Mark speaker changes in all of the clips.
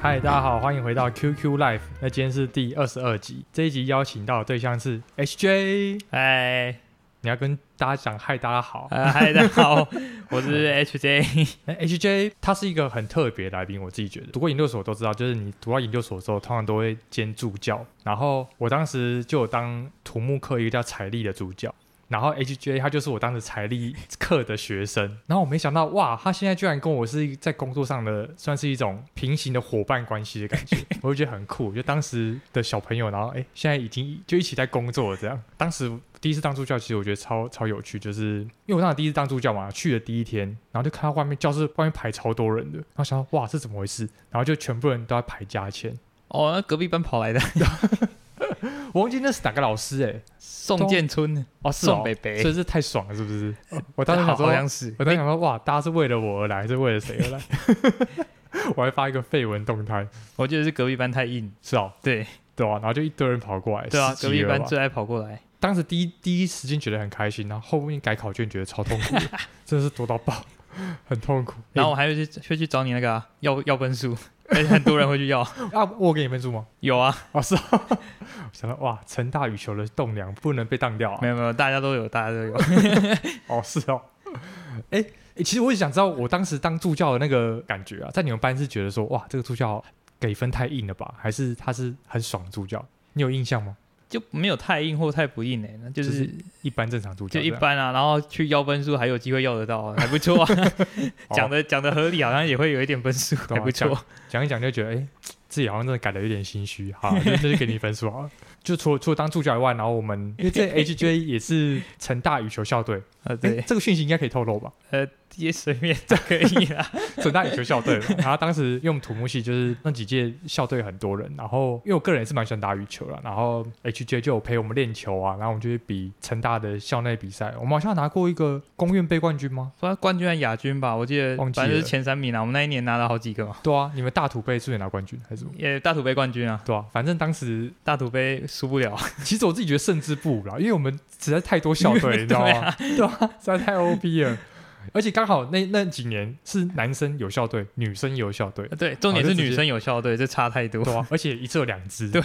Speaker 1: 嗨，大家好，欢迎回到 QQ Live。那今天是第二十二集，这一集邀请到的对象是 HJ。
Speaker 2: 嗨，
Speaker 1: 你要跟大家讲嗨，大家好。
Speaker 2: 呃哎嗨，大家 好，我是 HJ。
Speaker 1: 那 HJ 他是一个很特别的来宾，我自己觉得读过研究所都知道，就是你读到研究所之后，通常都会兼助教。然后我当时就有当土木课一个叫财力的助教。然后 HJ 他就是我当时财力课的学生，然后我没想到哇，他现在居然跟我是在工作上的算是一种平行的伙伴关系的感觉，我就觉得很酷。就当时的小朋友，然后哎，现在已经就一起在工作了这样。当时第一次当助教，其实我觉得超超有趣，就是因为我当时第一次当助教嘛，去的第一天，然后就看到外面教室外面排超多人的，然后想到哇这怎么回事，然后就全部人都在排加签，
Speaker 2: 哦，那隔壁班跑来的
Speaker 1: 我忘记那是哪个老师哎、
Speaker 2: 宋建春，
Speaker 1: 哦是哦
Speaker 2: 宋，北北
Speaker 1: 所，以是太爽了是不是？我当时
Speaker 2: 好
Speaker 1: 想说
Speaker 2: 好。像是
Speaker 1: 我在想说，哇，大家是为了我而来，还是为了谁而来？ 我还发一个绯闻动态，
Speaker 2: 我记得是隔壁班太硬。
Speaker 1: 是哦，
Speaker 2: 对
Speaker 1: 对啊，然后就一堆人跑过来，
Speaker 2: 对啊，
Speaker 1: 十几
Speaker 2: 隔壁
Speaker 1: 个
Speaker 2: 班
Speaker 1: 吧
Speaker 2: 最爱跑过来。
Speaker 1: 当时第一第一时间觉得很开心，然后后面改考卷觉得超痛苦 的，真的是多到爆， 很痛苦。
Speaker 2: 然后我还会去会去找你那个啊要要分 数，而哎且很多人会去要。
Speaker 1: 欸啊，我有给你分数吗？
Speaker 2: 有啊，
Speaker 1: 哦，是 哦，我想到哇，成大羽球的栋梁不能被当掉啊
Speaker 2: 没。有没有，大家都有，大家都有。
Speaker 1: 哦，是哦。哎、欸其实我也想知道，我当时当助教的那个感觉啊，在你们班是觉得说，哇，这个助教给分太硬了吧？还是他是很爽的助教？你有印象吗？
Speaker 2: 就没有太硬或太不硬诶、那就
Speaker 1: 就是一般正常助教
Speaker 2: 就
Speaker 1: 这
Speaker 2: 一
Speaker 1: 样，
Speaker 2: 般啊。然后去要分数还有机会要得到啊，还不 错啊。讲的讲的合理，好像也会有一点分数，
Speaker 1: 懂
Speaker 2: 还
Speaker 1: 啊
Speaker 2: 不错。
Speaker 1: 讲一讲就觉得，哎、自己好像真的改的有点心虚，好，那那就给你分数啊。就除了除了 当助教以外，然后我们因为这 HJ 也是成大羽球校队，
Speaker 2: 啊，
Speaker 1: 哎、
Speaker 2: 对，
Speaker 1: 这个讯息应该可以透露吧？
Speaker 2: 呃，也随便都可以 啦。
Speaker 1: 成大羽球校队嘛，然后当时因为我们土木系就是那几届校队很多人，然后因为我个人也是蛮喜欢打羽球啦，然后 HJ 就有陪我们练球啊，然后我们就去比成大的校内比赛，我们好像拿过一个公院杯冠军吗？
Speaker 2: 不知道冠军还是亚军吧，我记得
Speaker 1: 忘
Speaker 2: 反
Speaker 1: 记
Speaker 2: 正就是
Speaker 1: 了
Speaker 2: 前三名啊。我们那一年拿了好几个嘛，
Speaker 1: 对啊，你们大土杯是不是也拿冠军还是什么？
Speaker 2: 也大土杯冠军啊，
Speaker 1: 对啊，反正当时
Speaker 2: 大土杯输不了。
Speaker 1: 其实我自己觉得胜之不武啦，因为我们实在太多校队，你知道吗？ 对啊，实在太 OP 了，而且刚好那那几年是男生有校队，女生也有校队，
Speaker 2: 对，重点
Speaker 1: 好
Speaker 2: 哦是
Speaker 1: 就直接
Speaker 2: 女生有校队，这差太 多。
Speaker 1: 对啊，而且一次有两支，
Speaker 2: 对，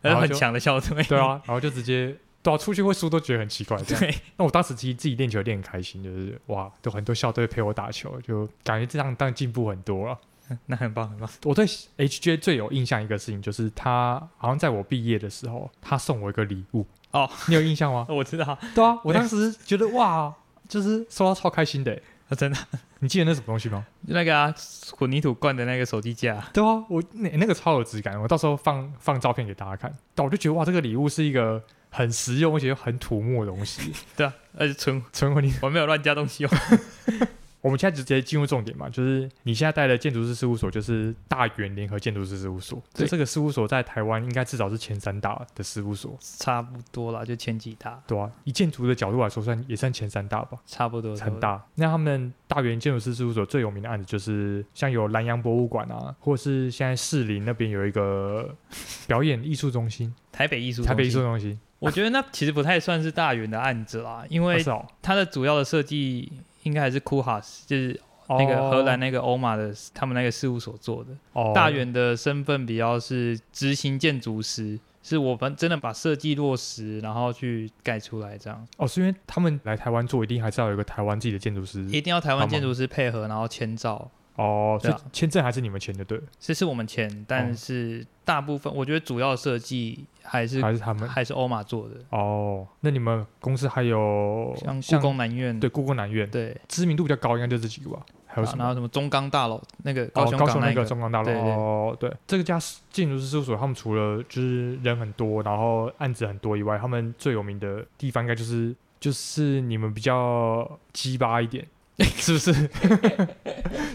Speaker 1: 然
Speaker 2: 呃
Speaker 1: 后
Speaker 2: 很
Speaker 1: 就
Speaker 2: 强的校队。
Speaker 1: 对啊，然后就直接对啊，出去会输都觉得很奇怪。这样，
Speaker 2: 对，
Speaker 1: 那我当时其实自己练球练很开心，就是哇，都很多校队陪我打球，就感觉这样当然进步很多了。
Speaker 2: 那很棒很棒。
Speaker 1: 我对 HJ 最有印象一个事情，就是他好像在我毕业的时候，他送我一个礼物。
Speaker 2: 哦，？
Speaker 1: 你有印象吗
Speaker 2: 我知道，啊
Speaker 1: 对啊，我当时觉得哇，就是收到超开心的欸。
Speaker 2: 真的
Speaker 1: 你记得那什么东西吗？
Speaker 2: 那个啊，混凝土灌的那个手机架，
Speaker 1: 对啊，我那那个超有质感，我到时候放放照片给大家看。但我就觉得哇，这个礼物是一个很实用而且又很土木的东 西，
Speaker 2: 对啊，而且纯
Speaker 1: 存回你
Speaker 2: 我没有乱加东西哦。
Speaker 1: 我们现在直接进入重点嘛，就是你现在带的建筑师事务所就是大原联合建筑师事务所，
Speaker 2: 对
Speaker 1: 就这个事务所在台湾应该至少是前三大的事务所，
Speaker 2: 差不多啦，就前几大，
Speaker 1: 对啊，以建筑的角度来说算，也算前三大吧，
Speaker 2: 差不多。差不
Speaker 1: 很
Speaker 2: 多。
Speaker 1: 大。那他们大原建筑师事务所最有名的案子就是像有南洋博物馆啊，或是现在士林那边有一个表演艺术中心，
Speaker 2: 台北艺术，
Speaker 1: 台北艺术，中心，
Speaker 2: 我觉得那其实不太算是大元的案子啦，因
Speaker 1: 哦
Speaker 2: 为
Speaker 1: 是哦，
Speaker 2: 它的主要的设计应该还是库哈斯，就是那个荷兰那个欧马的他们那个事务所做的。
Speaker 1: 哦
Speaker 2: 大远的身份比较是执行建筑师，是我们真的把设计落实，然后去盖出来这样。
Speaker 1: 哦，是因为他们来台湾做，一定还是要有一个台湾自己的建筑师
Speaker 2: 一定要台
Speaker 1: 好
Speaker 2: 湾
Speaker 1: 吗
Speaker 2: 建筑师配合，然后签照。
Speaker 1: 哦，所以
Speaker 2: 对啊
Speaker 1: 签证还是你们签的对了，
Speaker 2: 这是我们签，但是大部分我觉得主要设计还是
Speaker 1: 还是他们？
Speaker 2: 还是欧马做的，
Speaker 1: 哦，那你们公司还有
Speaker 2: 像故宫南院
Speaker 1: 哦对故宫南院
Speaker 2: 对，
Speaker 1: 知名度比较高，应该就这几个吧？还有
Speaker 2: 啊
Speaker 1: 什
Speaker 2: 然
Speaker 1: 么？
Speaker 2: 后什么中钢大楼那个
Speaker 1: 哦
Speaker 2: 高雄
Speaker 1: 高
Speaker 2: 港
Speaker 1: 雄那
Speaker 2: 个
Speaker 1: 个中港大楼，
Speaker 2: 对对
Speaker 1: 哦，对，这个家建筑师事务所，他们除了就是人很多，然后案子很多以外，他们最有名的地方应该就是就是你们比较鸡巴一点， 是不是？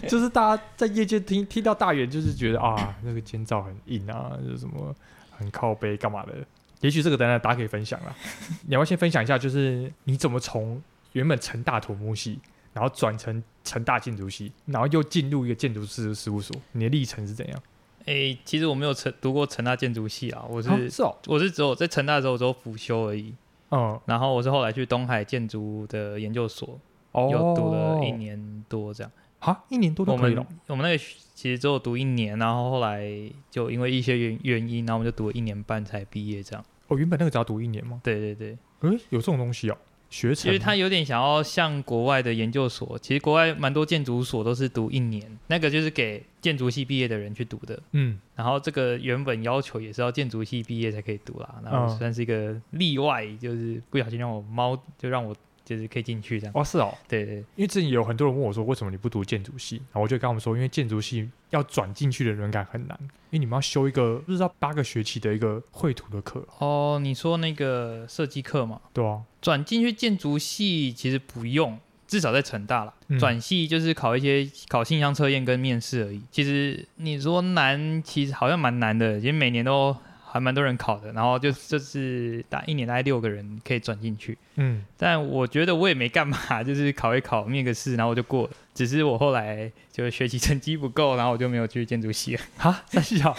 Speaker 1: 就是大家在业界听听到大元，就是觉得啊，那个监造很硬啊，就是什么很靠背干嘛的。也许这个等等大家可以分享啦。 你要不要先分享一下，就是你怎么从原本成大土木系，然后转成成大建筑系，然后又进入一个建筑师事务所，你的历程是怎样？
Speaker 2: 诶，其实我没有成读过成大建筑系啊，我是、
Speaker 1: 啊是哦，
Speaker 2: 我是只有在成大的时候我只有辅修而已，
Speaker 1: 嗯，
Speaker 2: 然后我是后来去东海建筑的研究所，
Speaker 1: 哦，
Speaker 2: 又读了一，年多这样。
Speaker 1: 哈，一年多
Speaker 2: 我
Speaker 1: 都可以
Speaker 2: 们
Speaker 1: 了。
Speaker 2: 我们那个学其实只有读一年，然后后来就因为一些原原因，然后我们就读了一年半才毕业这样。
Speaker 1: 哦，原本那个只要读一年吗？
Speaker 2: 对对对，
Speaker 1: 诶、有这种东西哦，学程
Speaker 2: 其
Speaker 1: 吗。
Speaker 2: 实他有点想要像国外的研究所，其实国外蛮多建筑所都是读一年，那个就是给建筑系毕业的人去读的。
Speaker 1: 嗯，
Speaker 2: 然后这个原本要求也是要建筑系毕业才可以读啦，然后
Speaker 1: 嗯
Speaker 2: 算是一个例外，就是不小心让我猫就让我就是可以进去这样。
Speaker 1: 哦是哦，
Speaker 2: 对对
Speaker 1: 因为之前有很多人问我说，为什么你不读建筑系？然后我就跟他们说，因为建筑系要转进去的门槛很难，因为你们要修一个不知道八个学期的一个绘图的课，
Speaker 2: 哦，你说那个设计课嘛，
Speaker 1: 对啊，
Speaker 2: 转进去建筑系其实不用，至少在成大啦。
Speaker 1: 嗯
Speaker 2: 转系就是考一些考信箱测验跟面试而已。其实你说难，其实好像蛮难的，因为每年都还蛮多人考的，然后就就是大一年大概六个人可以转进去。
Speaker 1: 嗯，
Speaker 2: 但我觉得我也没干嘛， 就是考一考面个试，然后我就过了。只是我后来就是学习成绩不够，然后我就没有去建筑系了。
Speaker 1: 哈，三小，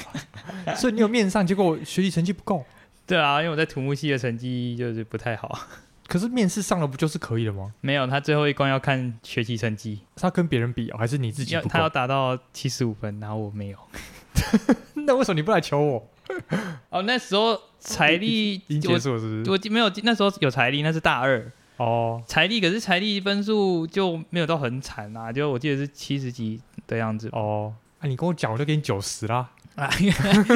Speaker 1: 所以你有面上，结果学习成绩不够，
Speaker 2: 对啊，因为我在土木系的成绩就是不太好。
Speaker 1: 可是面试上了不就是可以了吗？
Speaker 2: 没有，他最后一关要看学习成绩，
Speaker 1: 是要跟别人比、哦，还是你自己
Speaker 2: 要
Speaker 1: 不
Speaker 2: 他要
Speaker 1: 够？
Speaker 2: 达到七十五分，然后我没有。
Speaker 1: 那为什么你不来求我？
Speaker 2: 哦，那时候财力
Speaker 1: 已经
Speaker 2: 我
Speaker 1: 结束了是不是？
Speaker 2: 我记没有，那时候有财力，那是大二
Speaker 1: 哦，
Speaker 2: 财力，可是财力分数就没有到很惨啊，就我记得是七十几的样子吧。
Speaker 1: 哦，啊，你跟我讲，我就给你九十啦。
Speaker 2: 啊，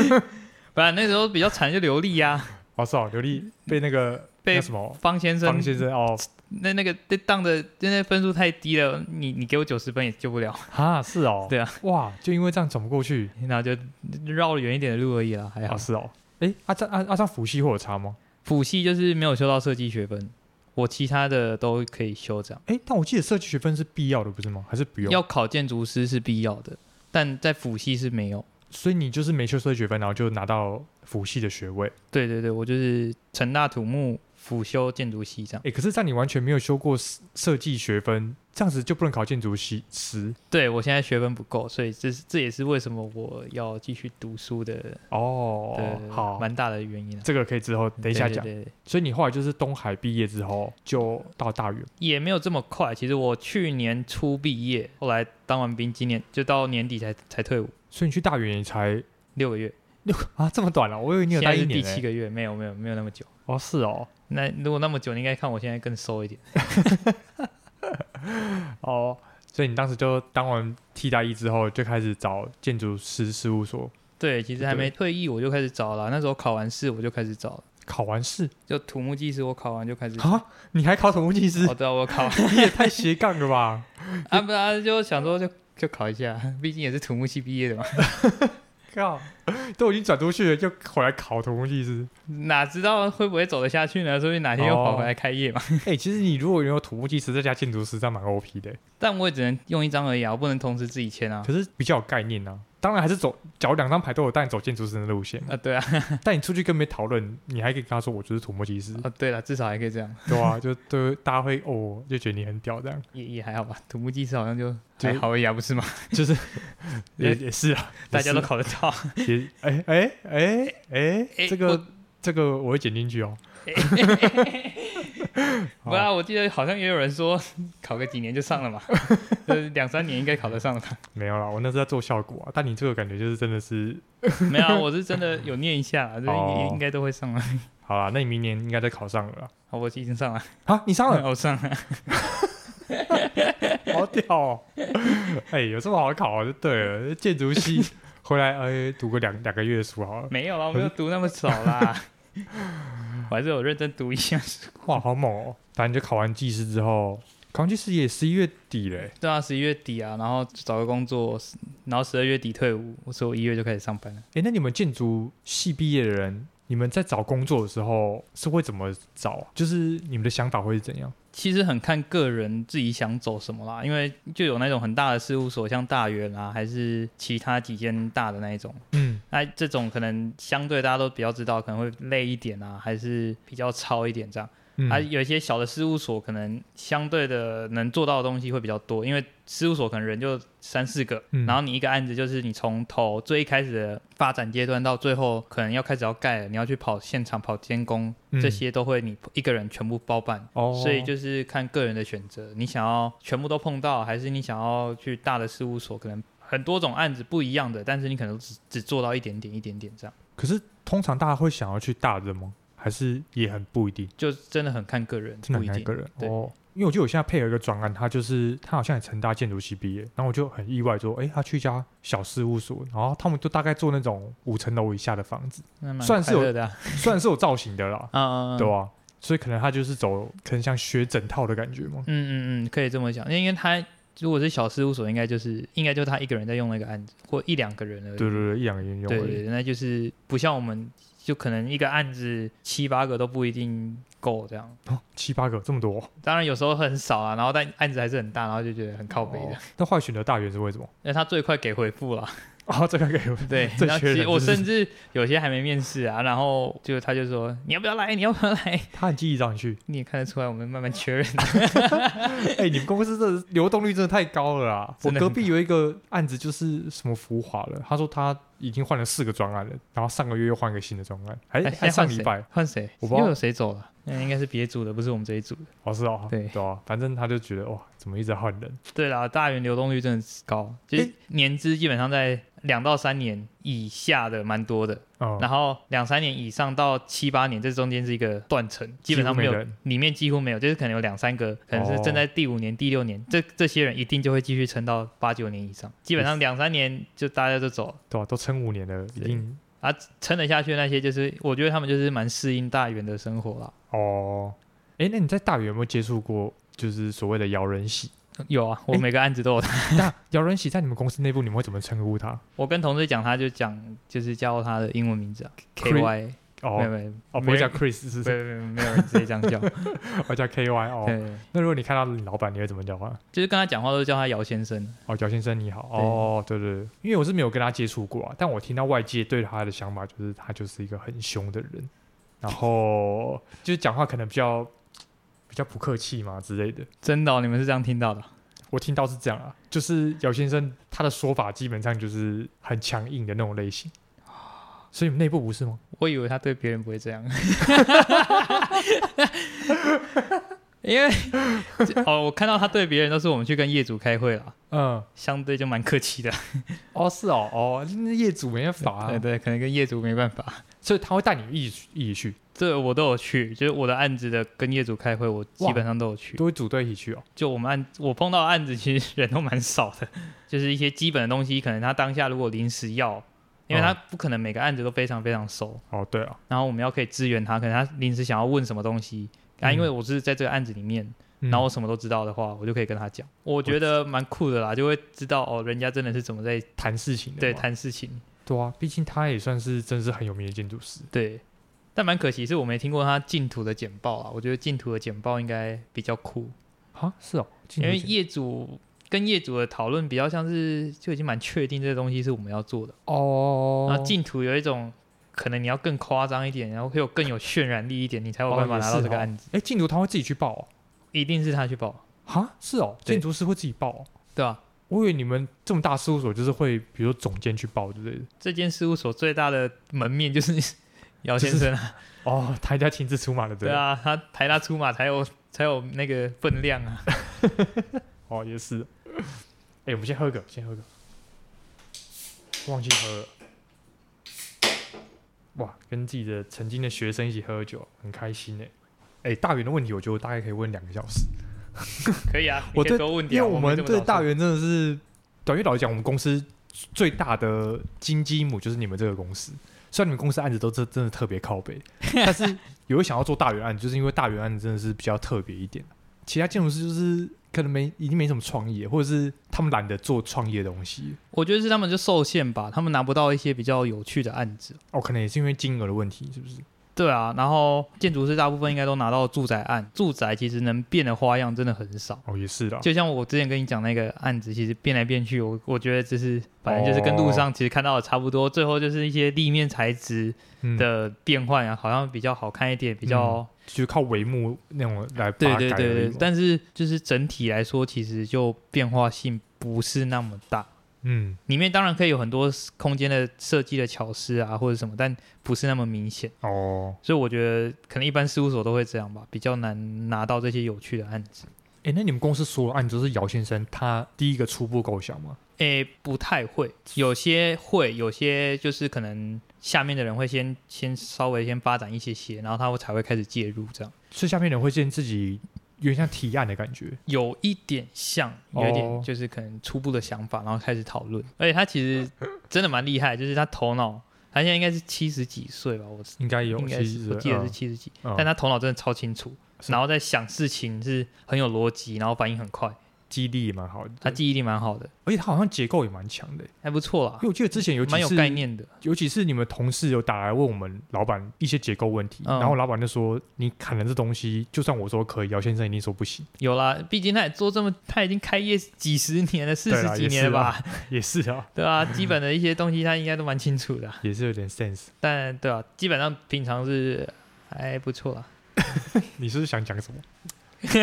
Speaker 2: 不然那时候比较惨就流利啊，
Speaker 1: 哦，是哦，刘丽被那个
Speaker 2: 被
Speaker 1: 那什么
Speaker 2: 方先生
Speaker 1: 方先生哦，
Speaker 2: 那那个那当的那那分数太低了，你你给我九十分也救不了，
Speaker 1: 哈，是哦，
Speaker 2: 对啊，
Speaker 1: 哇，就因为这样转不过去，
Speaker 2: 然后就绕了远一点的路而已啦，还好
Speaker 1: 啊，。是哦，哎，啊，这啊啊，这样辅系会有差吗？
Speaker 2: 辅系就是没有修到设计学分，我其他的都可以修这样。
Speaker 1: 哎，但我记得设计学分是必要的，不是吗？还是不用？
Speaker 2: 要考建筑师是必要的，但在辅系是没有。
Speaker 1: 所以你就是没修设计学分，然后就拿到辅系的学位。
Speaker 2: 对对对，我就是成大土木辅修建筑系这样。
Speaker 1: 哎，可是在你完全没有修过设设计学分，这样子就不能考建筑系师
Speaker 2: 对我现在学分不够，所以这是这也是为什么我要继续读书的，
Speaker 1: 哦
Speaker 2: 对。
Speaker 1: 好，
Speaker 2: 蛮大的原因啊。
Speaker 1: 这个可以之后等一下
Speaker 2: 对
Speaker 1: 讲。
Speaker 2: 对对对
Speaker 1: 所以你后来就是东海毕业之后就到大原，
Speaker 2: 也没有这么快。其实我去年初毕业，后来当完兵，今年就到年底才才退伍，
Speaker 1: 所以你去大原也才
Speaker 2: 六个月。
Speaker 1: 啊这么短了、我以为你有
Speaker 2: 现
Speaker 1: 待
Speaker 2: 在
Speaker 1: 一
Speaker 2: 是
Speaker 1: 年、
Speaker 2: 第
Speaker 1: 欸。
Speaker 2: 七个月，没有没有没有那么久。
Speaker 1: 哦，是哦，
Speaker 2: 那如果那么久，你应该看我现在更瘦一点。
Speaker 1: 哦，所以你当时就当完替代役之后，就开始找建筑师事务所
Speaker 2: 对，其实还没退役我就开始找了，那时候考完试我就开始找了，
Speaker 1: 考完试
Speaker 2: 就土木技师我考完就开始。
Speaker 1: 啊？你还考土木技师
Speaker 2: 哦，？对啊，我考完
Speaker 1: 你也太斜杠了吧！
Speaker 2: 啊，不啊，就想说就就考一下，毕竟也是土木系毕业的嘛，
Speaker 1: 靠，都已经转出去了，又回来考土木技 师。
Speaker 2: 哪知道会不会走得下去呢？说不定哪天又跑回来开业嘛。
Speaker 1: 哎、其实你如果有土木技师再加建筑师，这样蛮 OP 的、
Speaker 2: 但我也只能用一张而已啊，我不能同时自己签啊。
Speaker 1: 可是比较有概念啊。当然还是走，假如两张牌都有带你走建筑师的路线嘛，
Speaker 2: 啊，对啊，
Speaker 1: 但你出去跟别人讨论，你还可以跟他说我就是土木技师，
Speaker 2: 哦，对了，至少还可以这样，
Speaker 1: 对啊，就对大家会哦，就觉得你很屌这样，
Speaker 2: 也也还好吧。土木技师好像就
Speaker 1: 就
Speaker 2: 还好而已啊，不是吗？
Speaker 1: 就是
Speaker 2: 也
Speaker 1: 也是啊，
Speaker 2: 大家都考得到。
Speaker 1: 也哎哎哎哎，
Speaker 2: 哎
Speaker 1: 这
Speaker 2: 我
Speaker 1: 个这个我会剪进去哦。好
Speaker 2: 不啊，我记得好像也有人说考个几年就 上了嘛，就是两三年应该考得上了吧。
Speaker 1: 没有啦，我那是在做效果啊，但你这个感觉就是真的是，
Speaker 2: 没有啊，我是真的有念一下啦，这
Speaker 1: 哦
Speaker 2: 应应该都会上了。
Speaker 1: 好啦，那你明年应该再考上了啦。
Speaker 2: 好我已经上了，
Speaker 1: 啊，你上了，
Speaker 2: 我上了。
Speaker 1: 好屌哦！ 哎、有这么好考、啊、就对了，建筑系回来哎读个两两个月的书好了，
Speaker 2: 没有啦，我没有读那么少啦， 我还是有认真读一下 书。
Speaker 1: 哇，好猛哦！反正就考完技师之后，考完技师也十一月底嘞、
Speaker 2: 对啊，十一月底啊，然后找个工作，然后十二月底退伍，所以我一月就开始上班了。
Speaker 1: 哎、那你们建筑系毕业的人，你们在找工作的时候是会怎么找啊？就是你们的想法会是怎样？
Speaker 2: 其实很看个人自己想走什么啦，因为就有那种很大的事务所，像大元啊，还是其他几间大的那一种，
Speaker 1: 嗯，
Speaker 2: 那这种可能相对大家都比较知道，可能会累一点啊，还是比较超一点这样。
Speaker 1: 嗯
Speaker 2: 啊，有一些小的事务所可能相对的能做到的东西会比较多，因为事务所可能人就三四个，
Speaker 1: 嗯
Speaker 2: 然后你一个案子就是你从头最一开始的发展阶段到最后可能要开始要盖了，你要去跑现场、跑监工，
Speaker 1: 嗯
Speaker 2: 这些都会你一个人全部包办。
Speaker 1: 哦，
Speaker 2: 所以就是看个人的选择，你想要全部都碰到，还是你想要去大的事务所，可能很多种案子不一样的，但是你可能只只做到一点点、一点点这样，
Speaker 1: 可是通常大家会想要去大的吗？还是也很不一定，
Speaker 2: 就真的很看个人，
Speaker 1: 真的
Speaker 2: 不
Speaker 1: 很
Speaker 2: 一
Speaker 1: 看
Speaker 2: 定
Speaker 1: 个人
Speaker 2: 对
Speaker 1: 哦。因为我记得我现在配合一个专案，他就是他好像也成大建筑系毕业，然后我就很意外说，哎，他去一家小事务所，然后他们就大概做那种五层楼以下的房子，
Speaker 2: 那蛮
Speaker 1: 算是
Speaker 2: 快
Speaker 1: 有
Speaker 2: 乐的啊，
Speaker 1: 虽然是有造型的啦，
Speaker 2: 嗯，
Speaker 1: 对啊，所以可能他就是走可能像学整套的感觉嘛。
Speaker 2: 嗯嗯嗯，可以这么讲，因为他如果是小事务所，应该就是应该就是他一个人在用那个案子，或一两个人而已。
Speaker 1: 对对对，一两个应用
Speaker 2: 对
Speaker 1: 而
Speaker 2: 对
Speaker 1: 已。
Speaker 2: 对那就是不像我们，就可能一个案子七八个都不一定够这样。
Speaker 1: 哦，七八个这么多，哦
Speaker 2: 当然有时候很少啊，然后但案子还是很大，然后就觉得很靠北的
Speaker 1: 哦。那后来选择大学是为什么？
Speaker 2: 因为他最快给回复了，
Speaker 1: 哦，这个给我
Speaker 2: 对。
Speaker 1: 这
Speaker 2: 然后
Speaker 1: 缺人
Speaker 2: 其实我
Speaker 1: 真是
Speaker 2: 甚至有些还没面试啊，然后就他就说你要不要来，你要不要来？
Speaker 1: 他很积极找你去。
Speaker 2: 你也看得出来，我们慢慢确认。
Speaker 1: 哎、你们公司这流动率真的太高了啦！我
Speaker 2: 真的
Speaker 1: 隔
Speaker 2: 很
Speaker 1: 壁有一个案子就是什么浮华了，他说他已经换了四个专案了，然后上个月又换一个新的专案，还
Speaker 2: 哎
Speaker 1: 还
Speaker 2: 现在
Speaker 1: 上
Speaker 2: 换
Speaker 1: 礼
Speaker 2: 谁
Speaker 1: 拜？
Speaker 2: 换谁？
Speaker 1: 我不知道
Speaker 2: 又有谁走了？那应该是别组的，不是我们这一组的。
Speaker 1: 哦是哦，
Speaker 2: 对
Speaker 1: 对啊，反正他就觉得哇，怎么一直在换人？
Speaker 2: 对啦，大员流动率真的是高，就是
Speaker 1: 诶
Speaker 2: 年资基本上在两到三年以下的蛮多的，
Speaker 1: 嗯，
Speaker 2: 然后两三年以上到七八年，这中间是一个断层，基本上
Speaker 1: 几乎
Speaker 2: 没有，
Speaker 1: 人。
Speaker 2: 里面几乎没有，就是可能有两三个，可能
Speaker 1: 哦
Speaker 2: 是正在第五年、第六年，这这些人一定就会继续撑到八九年以上，基本上两三年就大家就走了。
Speaker 1: 对啊，都撑五年了，已
Speaker 2: 对
Speaker 1: 经
Speaker 2: 啊，撑得下去的那些，就是我觉得他们就是蛮适应大员的生活啦。
Speaker 1: 哦。哎、那你在大学有没有接触过就是所谓的摇人洗？
Speaker 2: 有啊，我
Speaker 1: 诶
Speaker 2: 每个案子都有
Speaker 1: 那摇人洗在你们公司内部，你们会怎么称呼他？
Speaker 2: 我跟同事讲，他就讲就是叫他的英文名字啊，K Y，没有
Speaker 1: 哦
Speaker 2: 没有，
Speaker 1: 哦，不
Speaker 2: 没
Speaker 1: 会
Speaker 2: 人
Speaker 1: 叫 Chris 是不
Speaker 2: 没
Speaker 1: 是？
Speaker 2: 有没有没有人直接这样 叫，
Speaker 1: 我叫 KY 哦。
Speaker 2: 对，
Speaker 1: 那如果你看到你老板，你会怎么叫他？
Speaker 2: 就是跟他讲话都叫他姚先生，
Speaker 1: 哦，姚先生你好。哦，对对，对因为我是没有跟他接触过啊，但我听到外界对他的想法就是他就是一个很凶的人，然后就是讲话可能比较比较不客气嘛之类的。
Speaker 2: 真的、哦，你们是这样听到的？
Speaker 1: 我听到是这样啊，就是姚先生他的说法基本上就是很强硬的那种类型，
Speaker 2: 哦
Speaker 1: 所以你们内部不是吗？
Speaker 2: 我以为他对别人不会这 样，因为哦，我看到他对别人都是我们去跟业主开会了，
Speaker 1: 嗯，
Speaker 2: 相对就蛮客气的，
Speaker 1: 哦是哦，哦那业主没办法啊，
Speaker 2: 对对，可能跟业主没办法。
Speaker 1: 所以他会带你一起一起去，
Speaker 2: 这我都有去，就是我的案子的跟业主开会，我基本上都有去。
Speaker 1: 都会组队一起去哦。
Speaker 2: 就我们案，我碰到的案子其实人都蛮少的，就是一些基本的东西，可能他当下如果临时要，因为他不可能每个案子都非常非常熟，
Speaker 1: 哦对啊，
Speaker 2: 然后我们要可以支援他，可能他临时想要问什么东西啊，
Speaker 1: 嗯
Speaker 2: 因为我是在这个案子里面，
Speaker 1: 嗯
Speaker 2: 然后我什么都知道的话，我就可以跟他讲，我觉得蛮酷的啦，就会知道哦，人家真的是怎么在
Speaker 1: 谈事情的
Speaker 2: 对
Speaker 1: 嘛
Speaker 2: 谈事情，
Speaker 1: 对啊，毕竟他也算是真是很有名的建筑师。
Speaker 2: 对。但蛮可惜，是我没听过他净土的简报啊。我觉得净土的简报应该比较酷，
Speaker 1: 啊，是哦，
Speaker 2: 因
Speaker 1: 进
Speaker 2: 为
Speaker 1: 去前
Speaker 2: 业主跟业主的讨论比较像是就已经蛮确定这个东西是我们要做的，
Speaker 1: 哦，
Speaker 2: 然后净土有一种可能你要更夸张一点，然后会有更有渲染力一点，你才有
Speaker 1: 哦
Speaker 2: 办法
Speaker 1: 也
Speaker 2: 拿
Speaker 1: 是
Speaker 2: 到这个
Speaker 1: 哦
Speaker 2: 案子。
Speaker 1: 哎，进度他会自己去报哦。
Speaker 2: 一定是他去报，
Speaker 1: 哈，是哦，
Speaker 2: 对
Speaker 1: 建筑师会自己报哦。
Speaker 2: 对吧、
Speaker 1: 我以为你们这么大事务所就是会，比如说总监去报之类的。
Speaker 2: 这间事务所最大的门面就是 姚先生啊，
Speaker 1: 哦，他一定要亲自出马的，不
Speaker 2: 对啊，他台大出马才有才有那个分量啊。
Speaker 1: 哦，也是。哎、我们先喝个，先喝个。忘记喝了。哇，跟自己的曾经的学生一起喝酒，很开心呢。哎、大元的问题，我觉得我大概可以问两个小时，
Speaker 2: 可以啊，
Speaker 1: 我
Speaker 2: 你可
Speaker 1: 对
Speaker 2: 以多 问
Speaker 1: 因为
Speaker 2: 点啊，
Speaker 1: 我
Speaker 2: 们
Speaker 1: 们对大元真的是，短月老实讲，我们公司最大的金鸡母就是你们这个公司。虽然你们公司案子都真真的特别靠北，但是有会想要做大元案，就是因为大元案真的是比较特别一点。其他建筑师就是可能没已经没什么创意了，或者是他们懒得做创业的东西。
Speaker 2: 我觉得是他们就受限吧，他们拿不到一些比较有趣的案子。
Speaker 1: 哦，可能也是因为金额的问题，是不是？
Speaker 2: 对啊，然后建筑师大部分应该都拿到住宅案，住宅其实能变的花样真的很少。
Speaker 1: 哦，也是啦。
Speaker 2: 就像我之前跟你讲那个案子，其实变来变去，我我觉得就是反正就是跟路上其实看到的差不多，最后就是一些立面材质
Speaker 1: 嗯，
Speaker 2: 的变换啊，好像比较好看一点，比较
Speaker 1: 就靠帷幕那种来把
Speaker 2: 对
Speaker 1: 它
Speaker 2: 对
Speaker 1: 改
Speaker 2: 对
Speaker 1: 而已
Speaker 2: 对
Speaker 1: 嘛，
Speaker 2: 但是就是整体来说，其实就变化性不是那么大。
Speaker 1: 嗯
Speaker 2: 里面当然可以有很多空间的设计的巧思啊，或者什么，但不是那么明显。
Speaker 1: 哦，
Speaker 2: 所以我觉得可能一般事务所都会这样吧，比较难拿到这些有趣的案子。
Speaker 1: 哎，那你们公司所有案子都是姚先生他第一个初步构想吗？
Speaker 2: 诶，不太会，有些会，有些就是可能下面的人会先先稍微先发展一些些，然后他会才会开始介入这样。
Speaker 1: 所以下面人会见自己有点像提案的感觉，
Speaker 2: 有一点像，有一
Speaker 1: 哦
Speaker 2: 点就是可能初步的想法，然后开始讨论。而且他其实真的蛮厉害，就是他头脑，他现在应该是七十几岁吧，我
Speaker 1: 应该有，
Speaker 2: 应该
Speaker 1: 其
Speaker 2: 是
Speaker 1: 实
Speaker 2: 我记得是
Speaker 1: 嗯
Speaker 2: 七十几，
Speaker 1: 嗯
Speaker 2: 但他头脑真的超清楚，
Speaker 1: 是
Speaker 2: 然后在想事情是很有逻辑，然后反应很快，
Speaker 1: 记忆力也蛮好的，
Speaker 2: 他记忆力蛮好的，
Speaker 1: 而且他好像结构也蛮强的，因
Speaker 2: 还不错啦
Speaker 1: 为，我记得之前有几
Speaker 2: 蛮有
Speaker 1: 次
Speaker 2: 概念的。
Speaker 1: 尤其是你们同事有打来问我们老板一些结构问题，
Speaker 2: 嗯
Speaker 1: 然后老板就说：“你砍了这东西，就算我说可以，姚先生一定说不行。
Speaker 2: 有啦，毕竟他也做这么，他已经开业几十年了，四
Speaker 1: 对啦
Speaker 2: 十几年了吧？”
Speaker 1: 也是啊，
Speaker 2: 对啊，基本的一些东西他应该都蛮清楚的啊、
Speaker 1: 也是有点 sense。
Speaker 2: 但对啊，基本上平常是还不错啦。
Speaker 1: 你是不是想讲什 么？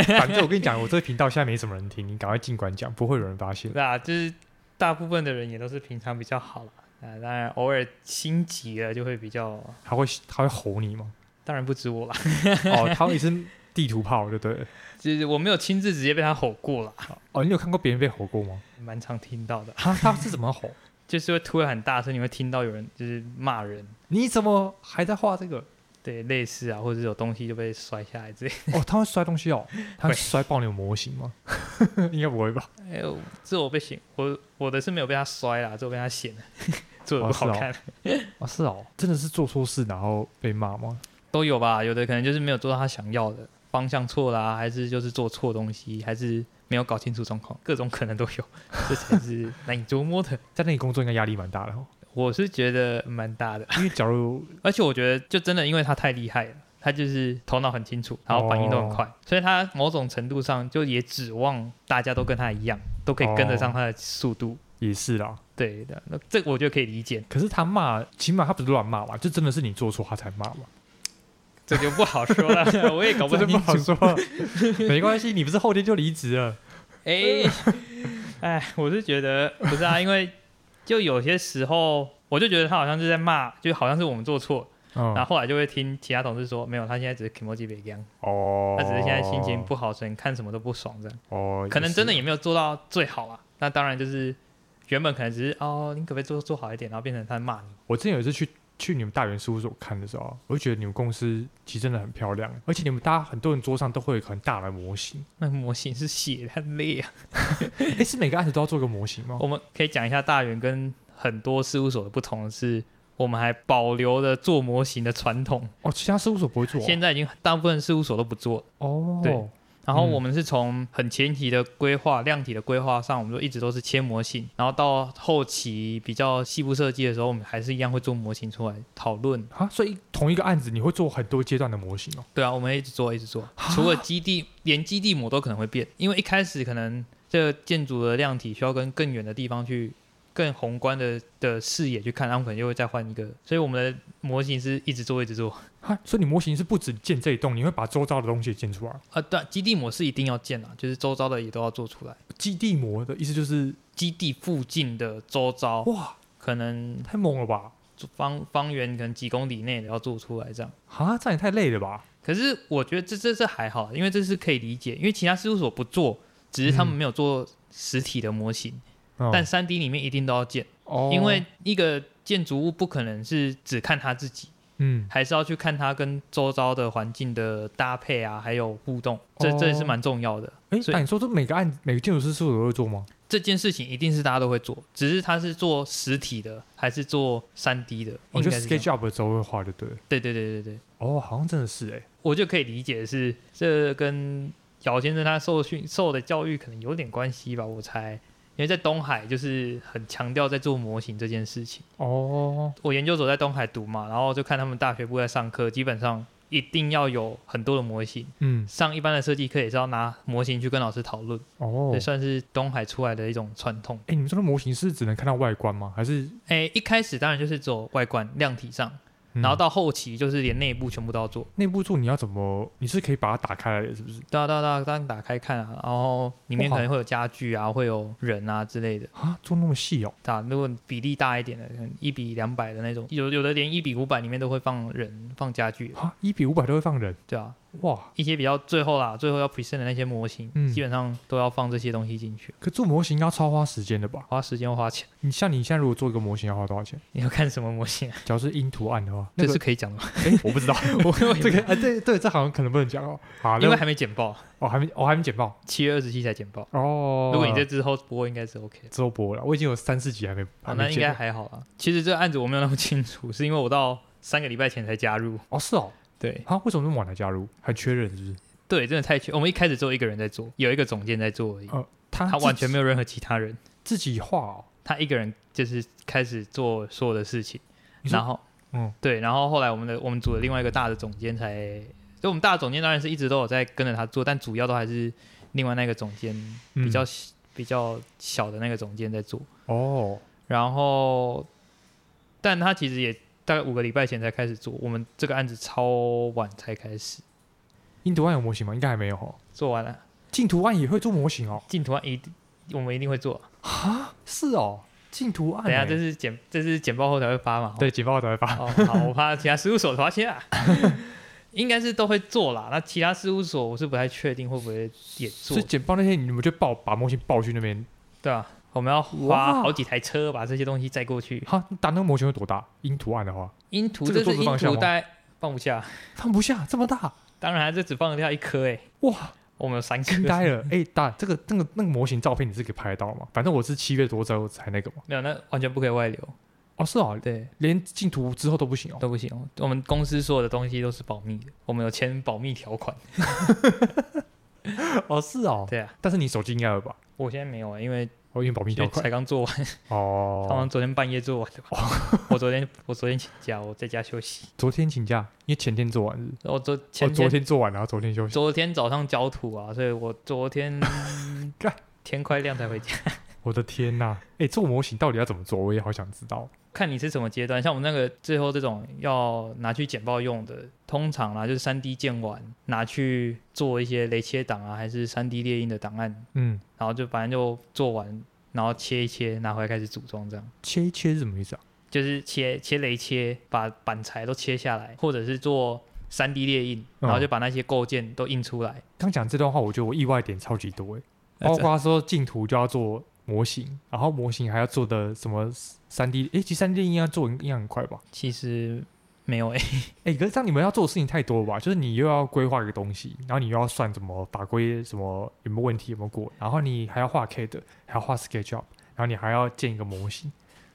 Speaker 1: 反正我跟你讲，我这个频道现在没什么人听，你赶快尽管讲，不会有人发现。
Speaker 2: 对啊，就是大部分的人也都是平常比较好啦。啊，当然偶尔心急了就会比较，
Speaker 1: 他会他会吼你 吗？
Speaker 2: 当然不止我啦，
Speaker 1: 哦，他也是地图炮，对不对了？
Speaker 2: 就是我没有亲自直接被他吼过啦，
Speaker 1: 哦，你有看过别人被吼过吗？
Speaker 2: 蛮常听到的，
Speaker 1: 他他是怎么吼？
Speaker 2: 就是会突然很大声，你会听到有人就是骂人，
Speaker 1: 你怎么还在画这 个？
Speaker 2: 对，类似啊，或者是有东西就被摔下来之类。
Speaker 1: 哦，他会摔东西哦，他会
Speaker 2: 会
Speaker 1: 摔爆你的模型吗？ 应该不会吧？
Speaker 2: 哎呦，这我被嫌，我我的是没有被他摔啦，这我被他嫌了， 做的
Speaker 1: 哦
Speaker 2: 不
Speaker 1: 是
Speaker 2: 好
Speaker 1: 哦
Speaker 2: 看，
Speaker 1: 啊，是哦，真的是做错事然后被骂吗？
Speaker 2: 都有吧，有的可能就是没有做到他想要的方向错啦，还是就是做错东西，还是没有搞清楚状况，各种可能都有， 这才是难以捉摸的。
Speaker 1: 在那里工作应该压力蛮大的哦，
Speaker 2: 我是觉得蛮大的，
Speaker 1: 因为假如
Speaker 2: 而且我觉得就真的因为他太厉害了，他就是头脑很清楚，然后反应都很快，所以他某种程度上就也指望大家都跟他一样，都可以跟得上他的速度。
Speaker 1: 也是啦，
Speaker 2: 对的，那这个我就可以理解，
Speaker 1: 可是他骂，起码他不是乱骂嘛，就真的是你做错他才骂嘛，
Speaker 2: 这就不好说了，我也搞不
Speaker 1: 真的不
Speaker 2: 清
Speaker 1: 好
Speaker 2: 楚。
Speaker 1: 说。 没关系，你不是后天就离职了？
Speaker 2: 哎， 哎，我是觉得不是啊，因为就有些时候，我就觉得他好像是在骂，就好像是我们做错，
Speaker 1: 嗯
Speaker 2: 然后后来就会听其他同事说，没有，他现在只是 k i m o j i 一样，
Speaker 1: 哦
Speaker 2: 他只是现在心情不好，所以看什么都不爽这样，
Speaker 1: 哦，
Speaker 2: 可能真的
Speaker 1: 也
Speaker 2: 也没有做到最好啊。那当然就是原本可能只是哦，你可不可以做做好一点，然后变成他骂你。
Speaker 1: 是。我之前有一次去去你们大元事务所看的时候啊，我就觉得你们公司其实真的很漂亮，而且你们大家很多人桌上都会有一个很大的模型。
Speaker 2: 那模型是写的很累啊。
Speaker 1: 哎，是每个案子都要做个模型吗？
Speaker 2: 我们可以讲一下大元跟很多事务所的不同的是，我们还保留了做模型的传统，
Speaker 1: 哦，其他事务所不会做啊。
Speaker 2: 现在已经大部分事务所都不做了。
Speaker 1: 哦，
Speaker 2: 对然后
Speaker 1: 嗯
Speaker 2: 我们是从很前期的规划、量体的规划上，我们就一直都是切模型，然后到后期比较细部设计的时候，我们还是一样会做模型出来讨论。
Speaker 1: 啊，所以同一个案子你会做很多阶段的模型哦。
Speaker 2: 对啊，我们一直做，一直做，除了基地，连基地模都可能会变，因为一开始可能这个建筑的量体需要跟更远的地方去。更宏观的的视野去看，然后可能又会再换一个，所以我们的模型是一直做一直做
Speaker 1: 哈，啊所以你模型是不止建这一栋，你会把周遭的东西也建出来。
Speaker 2: 啊。对啊，基地模是一定要建啊，就是周遭的也都要做出来。
Speaker 1: 基地模的意思就是，
Speaker 2: 基地附近的周遭
Speaker 1: 哇，
Speaker 2: 可能
Speaker 1: 太猛了吧！
Speaker 2: 方方圆可能几公里内的要做出来这样。
Speaker 1: 啊，这样也太累了吧？
Speaker 2: 可是我觉得这这这还好，因为这是可以理解，因为其他事务所不做，只是他们
Speaker 1: 嗯
Speaker 2: 没有做实体的模型，
Speaker 1: 嗯
Speaker 2: 但三 D 里面一定都要建，
Speaker 1: 哦
Speaker 2: 哦因为一个建筑物不可能是只看它自己，
Speaker 1: 嗯，
Speaker 2: 还是要去看它跟周遭的环境的搭配啊，还有互动，这
Speaker 1: 哦
Speaker 2: 这也是蛮重要的。
Speaker 1: 哎，
Speaker 2: 所以
Speaker 1: 那你说这每个案每个建筑师事务所都会做吗？
Speaker 2: 这件事情一定是大家都会做，只是它是做实体的还是做三 D 的，
Speaker 1: 我
Speaker 2: 应
Speaker 1: 就
Speaker 2: 该是这样
Speaker 1: sketch up 的时候会画，就对了。
Speaker 2: 对对对对对。
Speaker 1: 哦，好像真的是哎、
Speaker 2: 我就可以理解的是这跟姚先生他受训受的教育可能有点关系吧，我猜，因为在东海就是很强调在做模型这件事情。
Speaker 1: 哦，
Speaker 2: 我研究所在东海读嘛，然后就看他们大学部在上课，基本上一定要有很多的模型，
Speaker 1: 嗯，
Speaker 2: 上一般的设计课也是要拿模型去跟老师讨论，
Speaker 1: 哦
Speaker 2: 这、，算是东海出来的一种传统。
Speaker 1: 哎，
Speaker 2: 哎
Speaker 1: 你们说的模型是只能看到外观吗？还是
Speaker 2: 诶，一开始当然就是走外观量体上，
Speaker 1: 嗯
Speaker 2: 然后到后期就是连内部全部都要做。
Speaker 1: 内部处你要怎么？你是可以把它打开来的，是不是？
Speaker 2: 对啊对啊对啊，当然打开看啊，然后里面可能会有家具啊，会有人啊之类的。
Speaker 1: 啊，做那么细哦，
Speaker 2: 啊，如果比例大一点的，可能一比两百的那种，有有的连一比五百里面都会放人放家具，
Speaker 1: 啊，一比五百都会放人，
Speaker 2: 对啊，
Speaker 1: 哇！
Speaker 2: 一些比较最后啦，最后要 present 的那些模型，
Speaker 1: 嗯
Speaker 2: 基本上都要放这些东西进去，
Speaker 1: 可做模型应该要超花时间的吧？
Speaker 2: 花时间花钱。
Speaker 1: 你像你现在如果做一个模型要花多少钱？
Speaker 2: 你要看什么模型、啊？
Speaker 1: 假如是因图案的话，那
Speaker 2: 这
Speaker 1: 个
Speaker 2: 是可以讲的吗？
Speaker 1: 哎， 我不 知道，
Speaker 2: 我
Speaker 1: 这个啊， 这对这好像可能不能讲哦。好，
Speaker 2: 因
Speaker 1: 那
Speaker 2: 为
Speaker 1: 我
Speaker 2: 还没剪报，
Speaker 1: 哦还没我还没剪报
Speaker 2: 七月二十七才剪报。
Speaker 1: 哦。
Speaker 2: 如果你在之后播，应该是 OK 的。
Speaker 1: 周播了，我已经有三四集还没，
Speaker 2: 好、
Speaker 1: 还
Speaker 2: 那
Speaker 1: 没
Speaker 2: 应
Speaker 1: 剪
Speaker 2: 该
Speaker 1: 了
Speaker 2: 还好啦。其实这个案子我没有那么清楚，是因为我到三个礼拜前才加入。
Speaker 1: 哦是哦
Speaker 2: 对
Speaker 1: 啊，为什么那么晚才加入？很缺人是不是？
Speaker 2: 对，真的太缺。我们一开始只有一个人在做，有一个总监在做而已，
Speaker 1: 哦他
Speaker 2: 他完全没
Speaker 1: 有
Speaker 2: 有任何其他人，
Speaker 1: 自己画哦，
Speaker 2: 他一个人就是开始做所有的事情。
Speaker 1: 你说
Speaker 2: 然后，
Speaker 1: 嗯，
Speaker 2: 对，然后后来我们的我们组的另外一个大的总监才，就我们大的总监当然是一直都有在跟着他做，但主要都还是另外那个总监
Speaker 1: 嗯
Speaker 2: 比较、比较小的那个总监在做。
Speaker 1: 哦，
Speaker 2: 然后，但他其实也大概五个礼拜前才开始做，我们这个案子超晚才开始
Speaker 1: 印图案有模型吗？应该还没有哦。
Speaker 2: 做完了。
Speaker 1: 净图案也会做模型哦？
Speaker 2: 进图案一定，我们一定会做。
Speaker 1: 啊，是哦，净图案欸。
Speaker 2: 啊等一下这是简这是简报后才会发嘛？
Speaker 1: 对简报才会发。
Speaker 2: 哦，好，我怕其他事务所的话，先啊， 应该是都会做啦。那其他事务所我是不太确定会不会也做
Speaker 1: 所以，简报那天你们就抱把模型抱去那边，
Speaker 2: 对啊，我们要
Speaker 1: 哇
Speaker 2: 花好几台车把这些东西载过去。
Speaker 1: 哈，打那个模型有多大？印图案的话
Speaker 2: 音图
Speaker 1: 这个
Speaker 2: 这
Speaker 1: 桌
Speaker 2: 是
Speaker 1: 子
Speaker 2: 音
Speaker 1: 放下
Speaker 2: 图
Speaker 1: 吗
Speaker 2: 大概放不下，
Speaker 1: 放不下，这么大，
Speaker 2: 当然这只放得下一颗哎、
Speaker 1: 哇，
Speaker 2: 我们有三颗
Speaker 1: 惊，呆 了。哎，大这个那个那个模型照片你是可以拍得到吗？反正我是七月多之后才那个嘛。
Speaker 2: 没有，那完全不可以外流。
Speaker 1: 哦，是哦，
Speaker 2: 对，
Speaker 1: 连进图之后都不行哦。
Speaker 2: 都不行哦。我们公司所有的东西都是保密的，我们有签保密条款。
Speaker 1: 哦，是哦。
Speaker 2: 对啊，
Speaker 1: 但是你手机应该有吧？
Speaker 2: 我现在没有啊，因为
Speaker 1: 我因为保密
Speaker 2: 因
Speaker 1: 条
Speaker 2: 为
Speaker 1: 款。
Speaker 2: 才刚做完，
Speaker 1: 哦，
Speaker 2: 好像昨天半夜做完的吧。 我昨天我昨天请假，我在家休息。
Speaker 1: 昨天请假，因为前天做完是不是，
Speaker 2: 我昨
Speaker 1: 哦
Speaker 2: 前
Speaker 1: 昨
Speaker 2: 天、
Speaker 1: 天做完，然后昨天休息。
Speaker 2: 昨天早上交土啊，所以我昨天
Speaker 1: 干
Speaker 2: 天快亮才回家。
Speaker 1: 我的天呐、哎，做模型到底要怎么做？我也好想知道。
Speaker 2: 看你是什么阶段，像我们那个最后这种要拿去简报用的，通常啦就是三 D 建完拿去做一些雷切档啊，还是三 D 列印的档案，
Speaker 1: 嗯，
Speaker 2: 然后就反正就做完，然后切一切，拿回来开始组装，这样
Speaker 1: 切一切是什么意思啊？
Speaker 2: 就是切切雷切，把板材都切下来，或者是做三 D 列印，
Speaker 1: 嗯
Speaker 2: 然后就把那些构件都印出来。
Speaker 1: 刚讲这段话，我觉得我意外点超级多哎，
Speaker 2: 呃
Speaker 1: 包括说进图就要做模型，然后模型还要做的什么三 D，哎，其实三 D 应该做应该很快吧？
Speaker 2: 其实没有诶、欸
Speaker 1: 哎，可是这样你们要做的事情太多了吧？就是你又要规划一个东西，然后你又要算怎么法规什么有没有问题有没有过，然后你还要画 K 的，还要画 SketchUp，然后你还要建一个模型，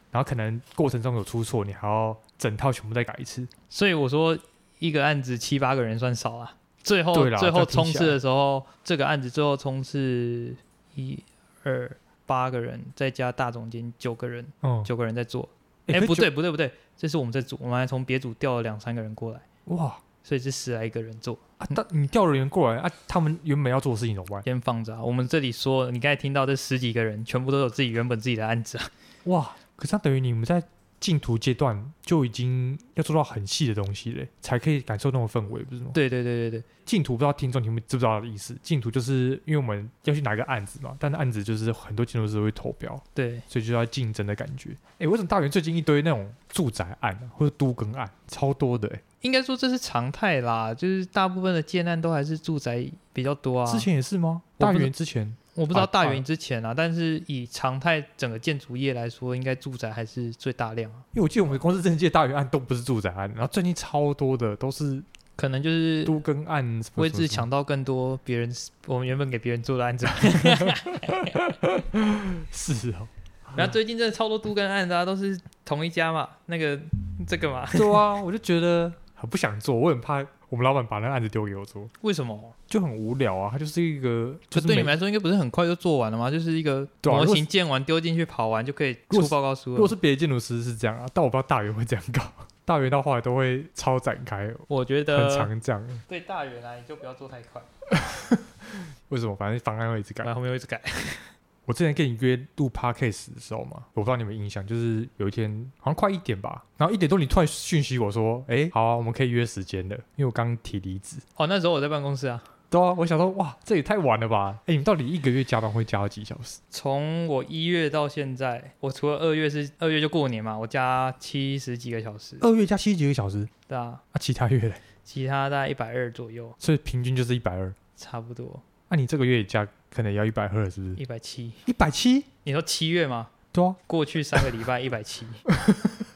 Speaker 1: 然后可能过程中有出错，你还要整套全部再改一次。
Speaker 2: 所以我说一个案子七八个人算少啊。最后
Speaker 1: 对啦
Speaker 2: 最
Speaker 1: 这
Speaker 2: 后
Speaker 1: 听
Speaker 2: 冲
Speaker 1: 起来
Speaker 2: 刺的时候，这个案子最后冲刺一二八个人，再加大总监九个人，
Speaker 1: 嗯，
Speaker 2: 九个人在做。
Speaker 1: 诶
Speaker 2: 哎、
Speaker 1: 可是
Speaker 2: 不
Speaker 1: 九
Speaker 2: 对不对不对，这是我们在组，我们还从别组调了两三个人过来。
Speaker 1: 哇
Speaker 2: 所以是十来个人做，
Speaker 1: 啊！但你调人员过来啊，他们原本要做的事情怎么办？
Speaker 2: 先放着、啊。我们这里说，你刚才听到这十几个人，全部都有自己原本自己的案子啊。
Speaker 1: 哇！可是它等于你们在进图阶段就已经要做到很细的东西嘞，才可以感受那种氛围，不是吗？
Speaker 2: 对对对对对，
Speaker 1: 进图不知道听众你们知不知道的意思？进图就是因为我们要去拿一个案子嘛，但是案子就是很多建筑师会投标，
Speaker 2: 对，
Speaker 1: 所以就要竞争的感觉。哎，为什么大园最近一堆那种住宅案、啊、或者都更案超多的诶？
Speaker 2: 应该说这是常态啦，就是大部分的建案都还是住宅比较多啊。
Speaker 1: 之前也是吗？
Speaker 2: 我
Speaker 1: 大
Speaker 2: 不知
Speaker 1: 园之前
Speaker 2: 我不知
Speaker 1: 啊
Speaker 2: 道大
Speaker 1: 啊
Speaker 2: 原之前啊，但是以常态整个建筑业来说，应该住宅还是最大量啊。
Speaker 1: 因为我记得我们公司这届大原案都不是住宅案，然后最近超多的都是
Speaker 2: 可能就是
Speaker 1: 都更案什么
Speaker 2: 位
Speaker 1: 什么
Speaker 2: 置
Speaker 1: 什么，
Speaker 2: 抢到更多别人我们原本给别人做的 案子。
Speaker 1: 是哦，
Speaker 2: 然后最近真的超多都跟案子啊，都是同一家嘛，那个这个嘛，
Speaker 1: 对啊，我就觉 得很不想做，我很怕我们老板把那个案子丢给我做，
Speaker 2: 为什么？就
Speaker 1: 就很无聊啊。它就是一个，
Speaker 2: 可
Speaker 1: 就是
Speaker 2: 对
Speaker 1: 每
Speaker 2: 你们来说，应该不是很快就做完了吗？就是一个
Speaker 1: 对啊
Speaker 2: 模
Speaker 1: 如果
Speaker 2: 型建完丢进去跑完就可以
Speaker 1: 如果
Speaker 2: 出
Speaker 1: 是
Speaker 2: 报告书
Speaker 1: 如
Speaker 2: 了。
Speaker 1: 果是别的建筑师是这样啊，但我不知道大圆会这样搞， 大圆到后来都会超展开，
Speaker 2: 我觉
Speaker 1: 很
Speaker 2: 得
Speaker 1: 常这样。
Speaker 2: 对大圆来、你就不要做太快，
Speaker 1: 为什么？反正方案会一直
Speaker 2: 不
Speaker 1: 改。
Speaker 2: 然后面会一直改。
Speaker 1: 我之前跟你约录 podcast 的时候嘛，我不知道你有没有印象，就是有一天好像快一点吧，然后一点多你突然讯息我说，哎、好啊、我们可以约时间了，因为我刚提离职。
Speaker 2: 哦，那时候我在办公室啊，
Speaker 1: 对啊，我想说，哇，这也太晚了吧？哎、你们到底一个月加班会加到几小时？
Speaker 2: 从我一月到现在，我除了二月是二月就过年嘛，我加七十几个小时，
Speaker 1: 二月加七十几个小时，
Speaker 2: 对啊，
Speaker 1: 啊，其他月嘞，
Speaker 2: 其他大概一百二左右，
Speaker 1: 所以平均就是一百二。
Speaker 2: 差不多
Speaker 1: 那、你这个月也加，可能也要一百二，是不是？
Speaker 2: 一百七。
Speaker 1: 一百七？
Speaker 2: 你说七月吗？
Speaker 1: 对啊，
Speaker 2: 过去三个礼拜一百七，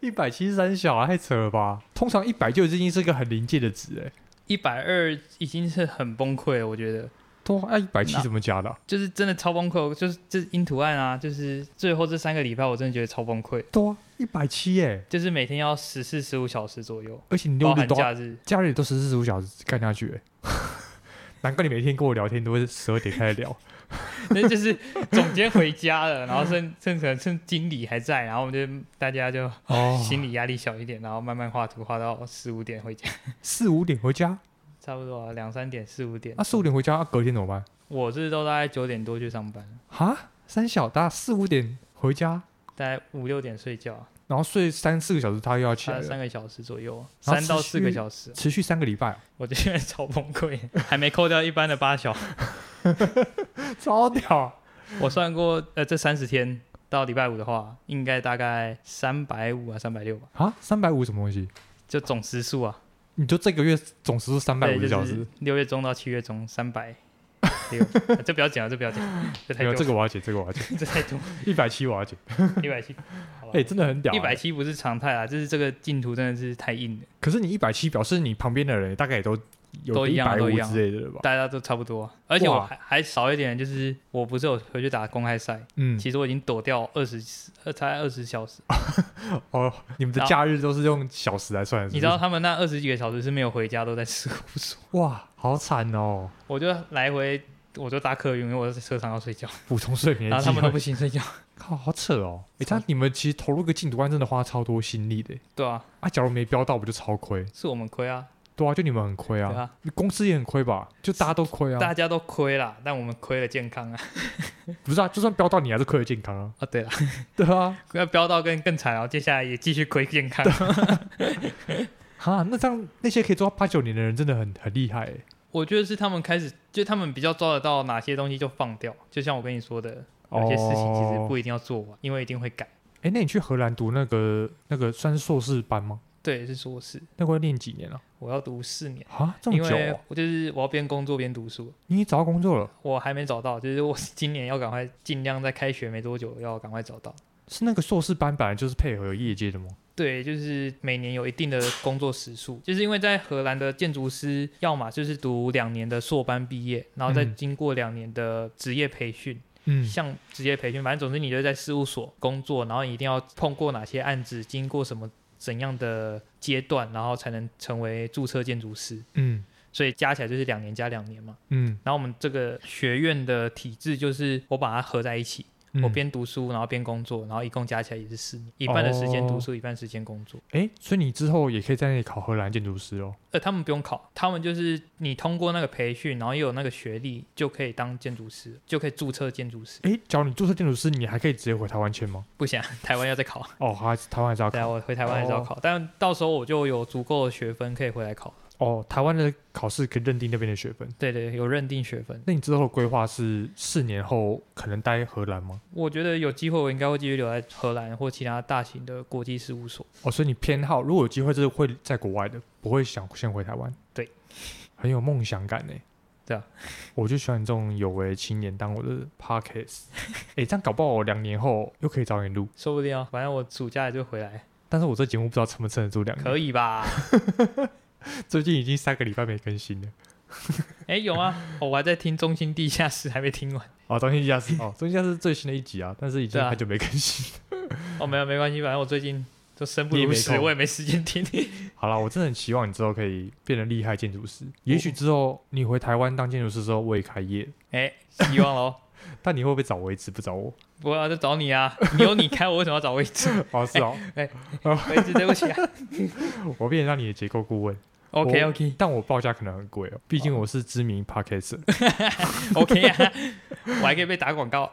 Speaker 1: 一百七三小、啊，太扯了吧？通常一百就已经是个很临界的值、哎，
Speaker 2: 一百二已经是很崩溃了，我觉得。
Speaker 1: 对啊，那一百七
Speaker 2: 那
Speaker 1: 怎么加的啊、
Speaker 2: 就是真的超崩溃，我就是这因图案啊，就是最后这三个礼拜，我真的觉得超崩溃，
Speaker 1: 对啊，一百七哎，
Speaker 2: 就是每天要十四十五小时左右，
Speaker 1: 而且你
Speaker 2: 包
Speaker 1: 六日
Speaker 2: 含
Speaker 1: 都要
Speaker 2: 假日。
Speaker 1: 假日都十四十五小时干下去、哎， 难怪你每天跟我聊天都会十二点开始聊。
Speaker 2: 那就是总监回家了， 然后甚甚至可能趁经理还在，然后我们就大家就
Speaker 1: 哦，
Speaker 2: 心理压力小一点，然后慢慢画图画到四五点回家，
Speaker 1: 四五点回家，
Speaker 2: 差不多啊，两三点四五点。
Speaker 1: 啊，四五点回家，啊、隔天怎么办？
Speaker 2: 我是都大概九点多去上班，
Speaker 1: 哈，三小大四五点回家，
Speaker 2: 大概五六点睡觉，
Speaker 1: 然后睡三四个小时，他又要起
Speaker 2: 大
Speaker 1: 来
Speaker 2: 概
Speaker 1: 了
Speaker 2: 呃三个小时左右，
Speaker 1: 然后
Speaker 2: 三到
Speaker 1: 持续
Speaker 2: 四个小时，
Speaker 1: 持续三个礼拜，哦
Speaker 2: 我觉得超崩溃， 还没扣掉一般的八小时。
Speaker 1: 超屌！
Speaker 2: 我算过，呃，这三十天到礼拜五的话，应该大概三百五啊，三百六吧，
Speaker 1: 啊，三百五什么东西？
Speaker 2: 就总时数啊，
Speaker 1: 你就这个月总时数三百
Speaker 2: 对，
Speaker 1: 五
Speaker 2: 就
Speaker 1: 十小
Speaker 2: 是
Speaker 1: 时？
Speaker 2: 六月中到七月中三百六， 啊这不要讲了，这不要讲了，这太
Speaker 1: 没有
Speaker 2: 多，
Speaker 1: 这个我要解，这个我要解，
Speaker 2: 这太多，
Speaker 1: 一百七我要解。
Speaker 2: 一百七，
Speaker 1: 哎、真的很屌、
Speaker 2: 一百。七不是常态啊，就是这个进图真的是太硬了，
Speaker 1: 可是你一百七，表示你旁边的人大概也都有
Speaker 2: 都一
Speaker 1: 一
Speaker 2: 样
Speaker 1: 百
Speaker 2: 都
Speaker 1: 五
Speaker 2: 一样
Speaker 1: 之类的了吧？
Speaker 2: 大家都差不多啊，而且我
Speaker 1: 哇
Speaker 2: 还还少一点，就是我不是有回去打公开赛，
Speaker 1: 嗯，
Speaker 2: 其实我已经躲掉二十，呃，才二十小时，
Speaker 1: 哦，你们的
Speaker 2: 然后
Speaker 1: 假日都是用小时来算的是不是，
Speaker 2: 你知道他们那二十几个小时是没有回家，都在事务所。
Speaker 1: 哇，好惨哦，
Speaker 2: 我就来回我就搭客运，因为我在车上要睡觉，
Speaker 1: 补充睡眠
Speaker 2: 然
Speaker 1: 的
Speaker 2: 后
Speaker 1: 机
Speaker 2: 他们都
Speaker 1: 会，
Speaker 2: 不行 睡觉。
Speaker 1: 靠，好扯哦。哎、他你们其实投入个禁毒案真的花超多心力的。
Speaker 2: 对啊，
Speaker 1: 啊，假如没标到，不就超亏？
Speaker 2: 是我们亏啊，
Speaker 1: 对啊，就你们很亏
Speaker 2: 对
Speaker 1: 啊，
Speaker 2: 啊，
Speaker 1: 公司也很亏吧？就大家都亏啊，
Speaker 2: 大家都亏啦，但我们亏了健 康啊。
Speaker 1: 不是啊？就算标到，你还是亏了健康啊。
Speaker 2: 啊， 对了，
Speaker 1: 对啊，
Speaker 2: 要飙到更更惨，然后啊接下来也继续亏健康。
Speaker 1: 哈，那这样那些可以做到八九年的人真的很很厉害欸
Speaker 2: 我觉得是他们开始，就他们比较抓得到哪些东西就放掉，就像我跟你说的，有些事情
Speaker 1: 哦
Speaker 2: 其实不一定要做完，因为一定会改。
Speaker 1: 哎、那你去荷兰读那个那个算是硕士班吗？
Speaker 2: 对，是硕士，
Speaker 1: 那会念几年啊？
Speaker 2: 我要读四年，
Speaker 1: 啊，这么
Speaker 2: 因
Speaker 1: 久、
Speaker 2: 为
Speaker 1: 哦？
Speaker 2: 我就是我要边工作边读书，
Speaker 1: 你已经找到工作了？
Speaker 2: 我还没找到，就是我今年要赶快尽量在开学没多久要赶快找到。
Speaker 1: 是那个硕士班本来就是配合业界的吗？
Speaker 2: 对，就是每年有一定的工作时数，就是因为在荷兰的建筑师，要么就是读两年的硕班毕业，然后再
Speaker 1: 嗯
Speaker 2: 经过两年的职业培训，
Speaker 1: 嗯
Speaker 2: 像职业培训，反正总之你就在事务所工作，然后你一定要碰过哪些案子，经过什么怎样的阶段，然后才能成为注册建筑师。
Speaker 1: 嗯
Speaker 2: 所以加起来就是两年加两年嘛。
Speaker 1: 嗯，
Speaker 2: 然后我们这个学院的体制就是我把它合在一起，
Speaker 1: 嗯
Speaker 2: 我边读书，然后边工作，然后一共加起来也是四年，一半的时间
Speaker 1: 哦
Speaker 2: 读书，一半时间工作。
Speaker 1: 哎、所以你之后也可以在那里考荷兰建筑师哦。
Speaker 2: 呃，他们不用考，他们就是你通过那个培训，然后又有那个学历，就可以当建筑师，就可以注册建筑师。
Speaker 1: 哎、假如你注册建筑师，你还可以直接回台湾签吗？
Speaker 2: 不行啊， 台湾要再考。
Speaker 1: 哦，还台湾还是要考
Speaker 2: 对啊，我回台湾还是要考，但到时候我就有足够的学分可以回来考。
Speaker 1: 哦，台湾的考试可以认定那边的学分。
Speaker 2: 对对，有认定学分。
Speaker 1: 那你之后的规划是四年后可能待荷兰吗？
Speaker 2: 我觉得有机会，我应该会继续留在荷兰或其他大型的国际事务所。
Speaker 1: 哦，所以你偏好如果有机会，就是会在国外的，不会想先回台湾。
Speaker 2: 对，
Speaker 1: 很有梦想感呢。
Speaker 2: 对啊，
Speaker 1: 我就喜欢这种有为青年当我的 pockets。哎、这样搞不好我两年后又可以找你录，
Speaker 2: 说不定哦，反正我暑假也就回来，
Speaker 1: 但是我这节目不知道撑不撑得住两年。
Speaker 2: 可以吧？
Speaker 1: 最近已经三个礼拜没更新了。
Speaker 2: 哎，有啊，我还在听《中心地下室》，还没听完。
Speaker 1: 哦，中心地下室哦，中心地下室最新的一集啊，但是已经
Speaker 2: 对啊
Speaker 1: 很久没更新。
Speaker 2: 哦，没有，没关系，反正我最近都生不
Speaker 1: 你也
Speaker 2: 如
Speaker 1: 没
Speaker 2: 死，
Speaker 1: 空
Speaker 2: 我也没时间听。
Speaker 1: 好啦，我真的很期望你之后可以变得厉害建筑师。也许之后你回台湾当建筑师之后，我也开业，
Speaker 2: 哎，希望喽。
Speaker 1: 但你会不会找我一次不找我？
Speaker 2: 我要再找你啊！ 你有你开，我为什么要找位置？
Speaker 1: 哦，是哦，
Speaker 2: 位置对不起啊。
Speaker 1: 我变成让你的结构顾问。
Speaker 2: OK OK
Speaker 1: 哦但我报价可能很贵哦，毕竟我是知名 podcaster。
Speaker 2: OK 啊， 我还可以被打广告。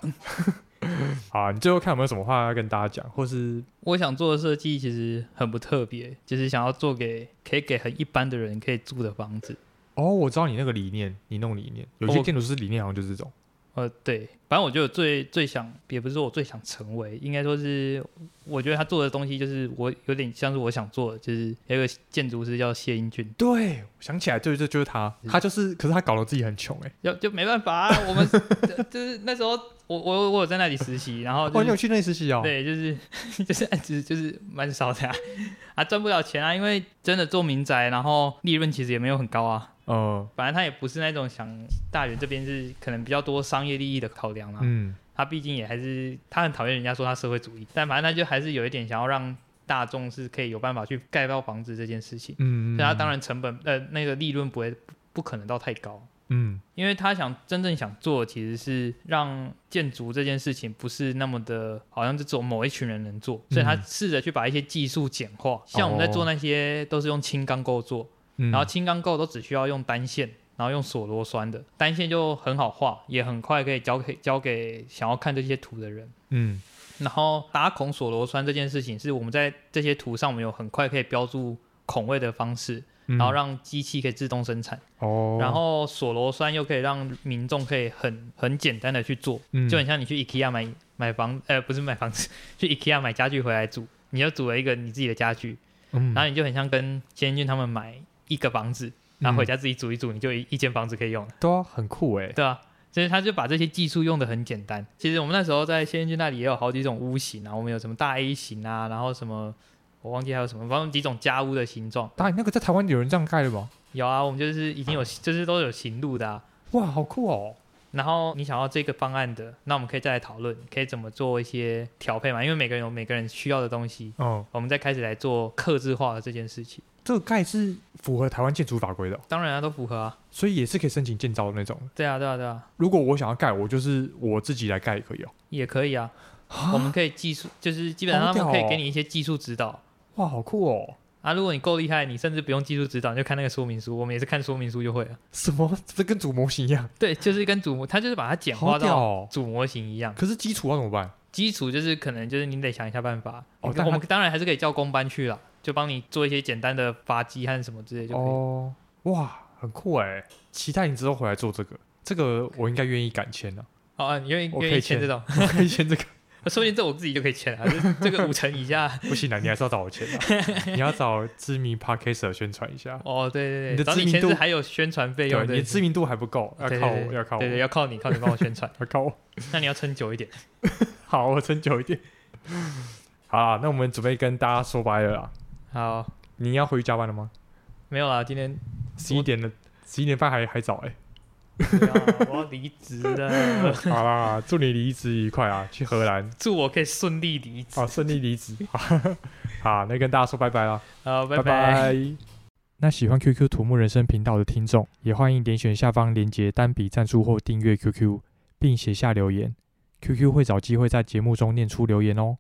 Speaker 1: 好啊，你最后看有没有什么话要跟大家讲，或是
Speaker 2: 我想做的设计其实很不特别，就是想要做给可以给很一般的人可以住的房子。
Speaker 1: 哦，我知道你那个理念，你弄理念，有些
Speaker 2: 哦
Speaker 1: 建筑师理念好像就是这种。
Speaker 2: 呃，对，反正我觉得我最最想，也不是说我最想成为，应该说是我觉得他做的东西就是我有点像是我想做的，就是有一个建筑师叫谢英 俊，
Speaker 1: 对，我想起来，对，这就是他，他就是，可是他搞得自己很穷哎、
Speaker 2: 就就没办法、啊，我们就就是那时候我我我有在那里实习，然后、
Speaker 1: 哦，
Speaker 2: 就
Speaker 1: 你
Speaker 2: 是
Speaker 1: 有去那里实习哦？，
Speaker 2: 对，就是 就是案子就是蛮少的啊，啊赚不了钱啊，因为真的做民宅，然后利润其实也没有很高啊。
Speaker 1: 呃，
Speaker 2: 反正他也不是那种想大园这边是可能比较多商业利益的考量啊，
Speaker 1: 嗯，
Speaker 2: 他毕竟也还是他很讨厌人家说他社会主义，但反正他就还是有一点想要让大众是可以有办法去盖到房子这件事情，
Speaker 1: 嗯，
Speaker 2: 所以他当然成本呃那个利润不会不可能到太高，
Speaker 1: 嗯，
Speaker 2: 因为他想真正想做的其实是让建筑这件事情不是那么的，好像是只有某一群人能做，所以
Speaker 1: 嗯
Speaker 2: 他试着去把一些技术简化，像我们在做那些都是用轻钢构做，
Speaker 1: 哦嗯，
Speaker 2: 然后轻钢构都只需要用单线，然后用锁螺栓的单线就很好画，也很快可以交给交给想要看这些图的人。
Speaker 1: 嗯，
Speaker 2: 然后打孔锁螺栓这件事情，是我们在这些图上，我们有很快可以标注孔位的方式，
Speaker 1: 嗯，
Speaker 2: 然后让机器可以自动生产。
Speaker 1: 哦，
Speaker 2: 然后锁螺栓又可以让民众可以很很简单的去做，
Speaker 1: 嗯
Speaker 2: 就很像你去 IKEA 买买房，呃，不是买房 子，去 IKEA 买家具回来住，你就组了一个你自己的家具，
Speaker 1: 嗯，
Speaker 2: 然后你就很像跟先俊他们买一个房子，然后回家自己煮一煮，你就一一间房子可以用了，
Speaker 1: 都、啊、很酷哎、
Speaker 2: 对啊，所以他就把这些技术用的很简单。其实我们那时候在先俊那里也有好几种屋型啊，我们有什么大 A 型啊，然后什么我忘记还有什么，反正几种家屋的形状
Speaker 1: 当然，那个在台湾有人这样盖的吗？
Speaker 2: 有啊，我们就是已经有就是都有行路的啊。
Speaker 1: 哇，好酷哦！
Speaker 2: 然后你想要这个方案的，那我们可以再来讨论，可以怎么做一些调配嘛？因为每个人有每个人需要的东西，
Speaker 1: 哦、
Speaker 2: 我们再开始来做克制化的这件事情。
Speaker 1: 这个盖是符合台湾建筑法规的哦、
Speaker 2: 当然啊，都符合啊。
Speaker 1: 所以也是可以申请建造的那种。
Speaker 2: 对啊，对啊，对啊，
Speaker 1: 如果我想要盖，我就是我自己来盖也可以哦、
Speaker 2: 也可以啊。我们可以技术，就是基本
Speaker 1: 好
Speaker 2: 上他
Speaker 1: 屌
Speaker 2: 们
Speaker 1: 哦
Speaker 2: 可以给你一些技术指导
Speaker 1: 哇，好酷哦！
Speaker 2: 啊。如果你够厉害，你甚至不用技术指导，你就看那个说明书。我们也是看说明书就会了。
Speaker 1: 什么？这跟主模型一样，
Speaker 2: 对，就是跟主模，它就是把它简
Speaker 1: 好
Speaker 2: 化
Speaker 1: 屌
Speaker 2: 到
Speaker 1: 哦！
Speaker 2: 主模型一样。
Speaker 1: 可是基础要怎么办？
Speaker 2: 基础就是可能就是你得想一下办法。
Speaker 1: 哦但
Speaker 2: 我们当然还是可以叫工班去啦，就帮你做一些简单的发机和什么之类就可以了。
Speaker 1: 哦，哇，很酷哎！期待你之后回来做这个，这个我应该愿意敢签 的、
Speaker 2: 好啊，你愿意
Speaker 1: 我可以
Speaker 2: 愿意签这种，
Speaker 1: 我可以签这个。
Speaker 2: 说不定这我自己就可 以签啊，这这个五成以下。
Speaker 1: 不行啊，你还是要找我签啊，你要找知名 podcaster 宣传一下。
Speaker 2: 哦，对对
Speaker 1: 你的
Speaker 2: 对，找
Speaker 1: 知
Speaker 2: 你
Speaker 1: 名
Speaker 2: 签字
Speaker 1: 度
Speaker 2: 还有宣传费
Speaker 1: 对，
Speaker 2: 用，
Speaker 1: 你
Speaker 2: 对
Speaker 1: 的知名度还不够，要
Speaker 2: 对
Speaker 1: 靠
Speaker 2: 对
Speaker 1: 我，
Speaker 2: 对
Speaker 1: 要靠我，
Speaker 2: 对对，
Speaker 1: 要。
Speaker 2: 要靠你，靠你帮我宣传
Speaker 1: 靠我。
Speaker 2: 那你要撑久一点。
Speaker 1: 好，我撑久一点。 好啦，那我们准备跟大家说拜了啦。
Speaker 2: 好，
Speaker 1: 你要回去加班了吗？
Speaker 2: 没有啦，今天
Speaker 1: 十一点了，十一点半还还早 哎、
Speaker 2: 对啊我要离职了，
Speaker 1: 好啦，祝你离职愉快啊，去荷 兰
Speaker 2: 祝我可以顺利离职。
Speaker 1: 啊，顺利离职。 好，那跟大家说拜拜啦。
Speaker 2: 好，拜拜。
Speaker 1: 拜。那喜欢 QQ 土木人生频道的听众，也欢迎点选下方连结单笔赞助或订阅 QQ，并写下留言，QQ 会找机会在节目中念出留言哦。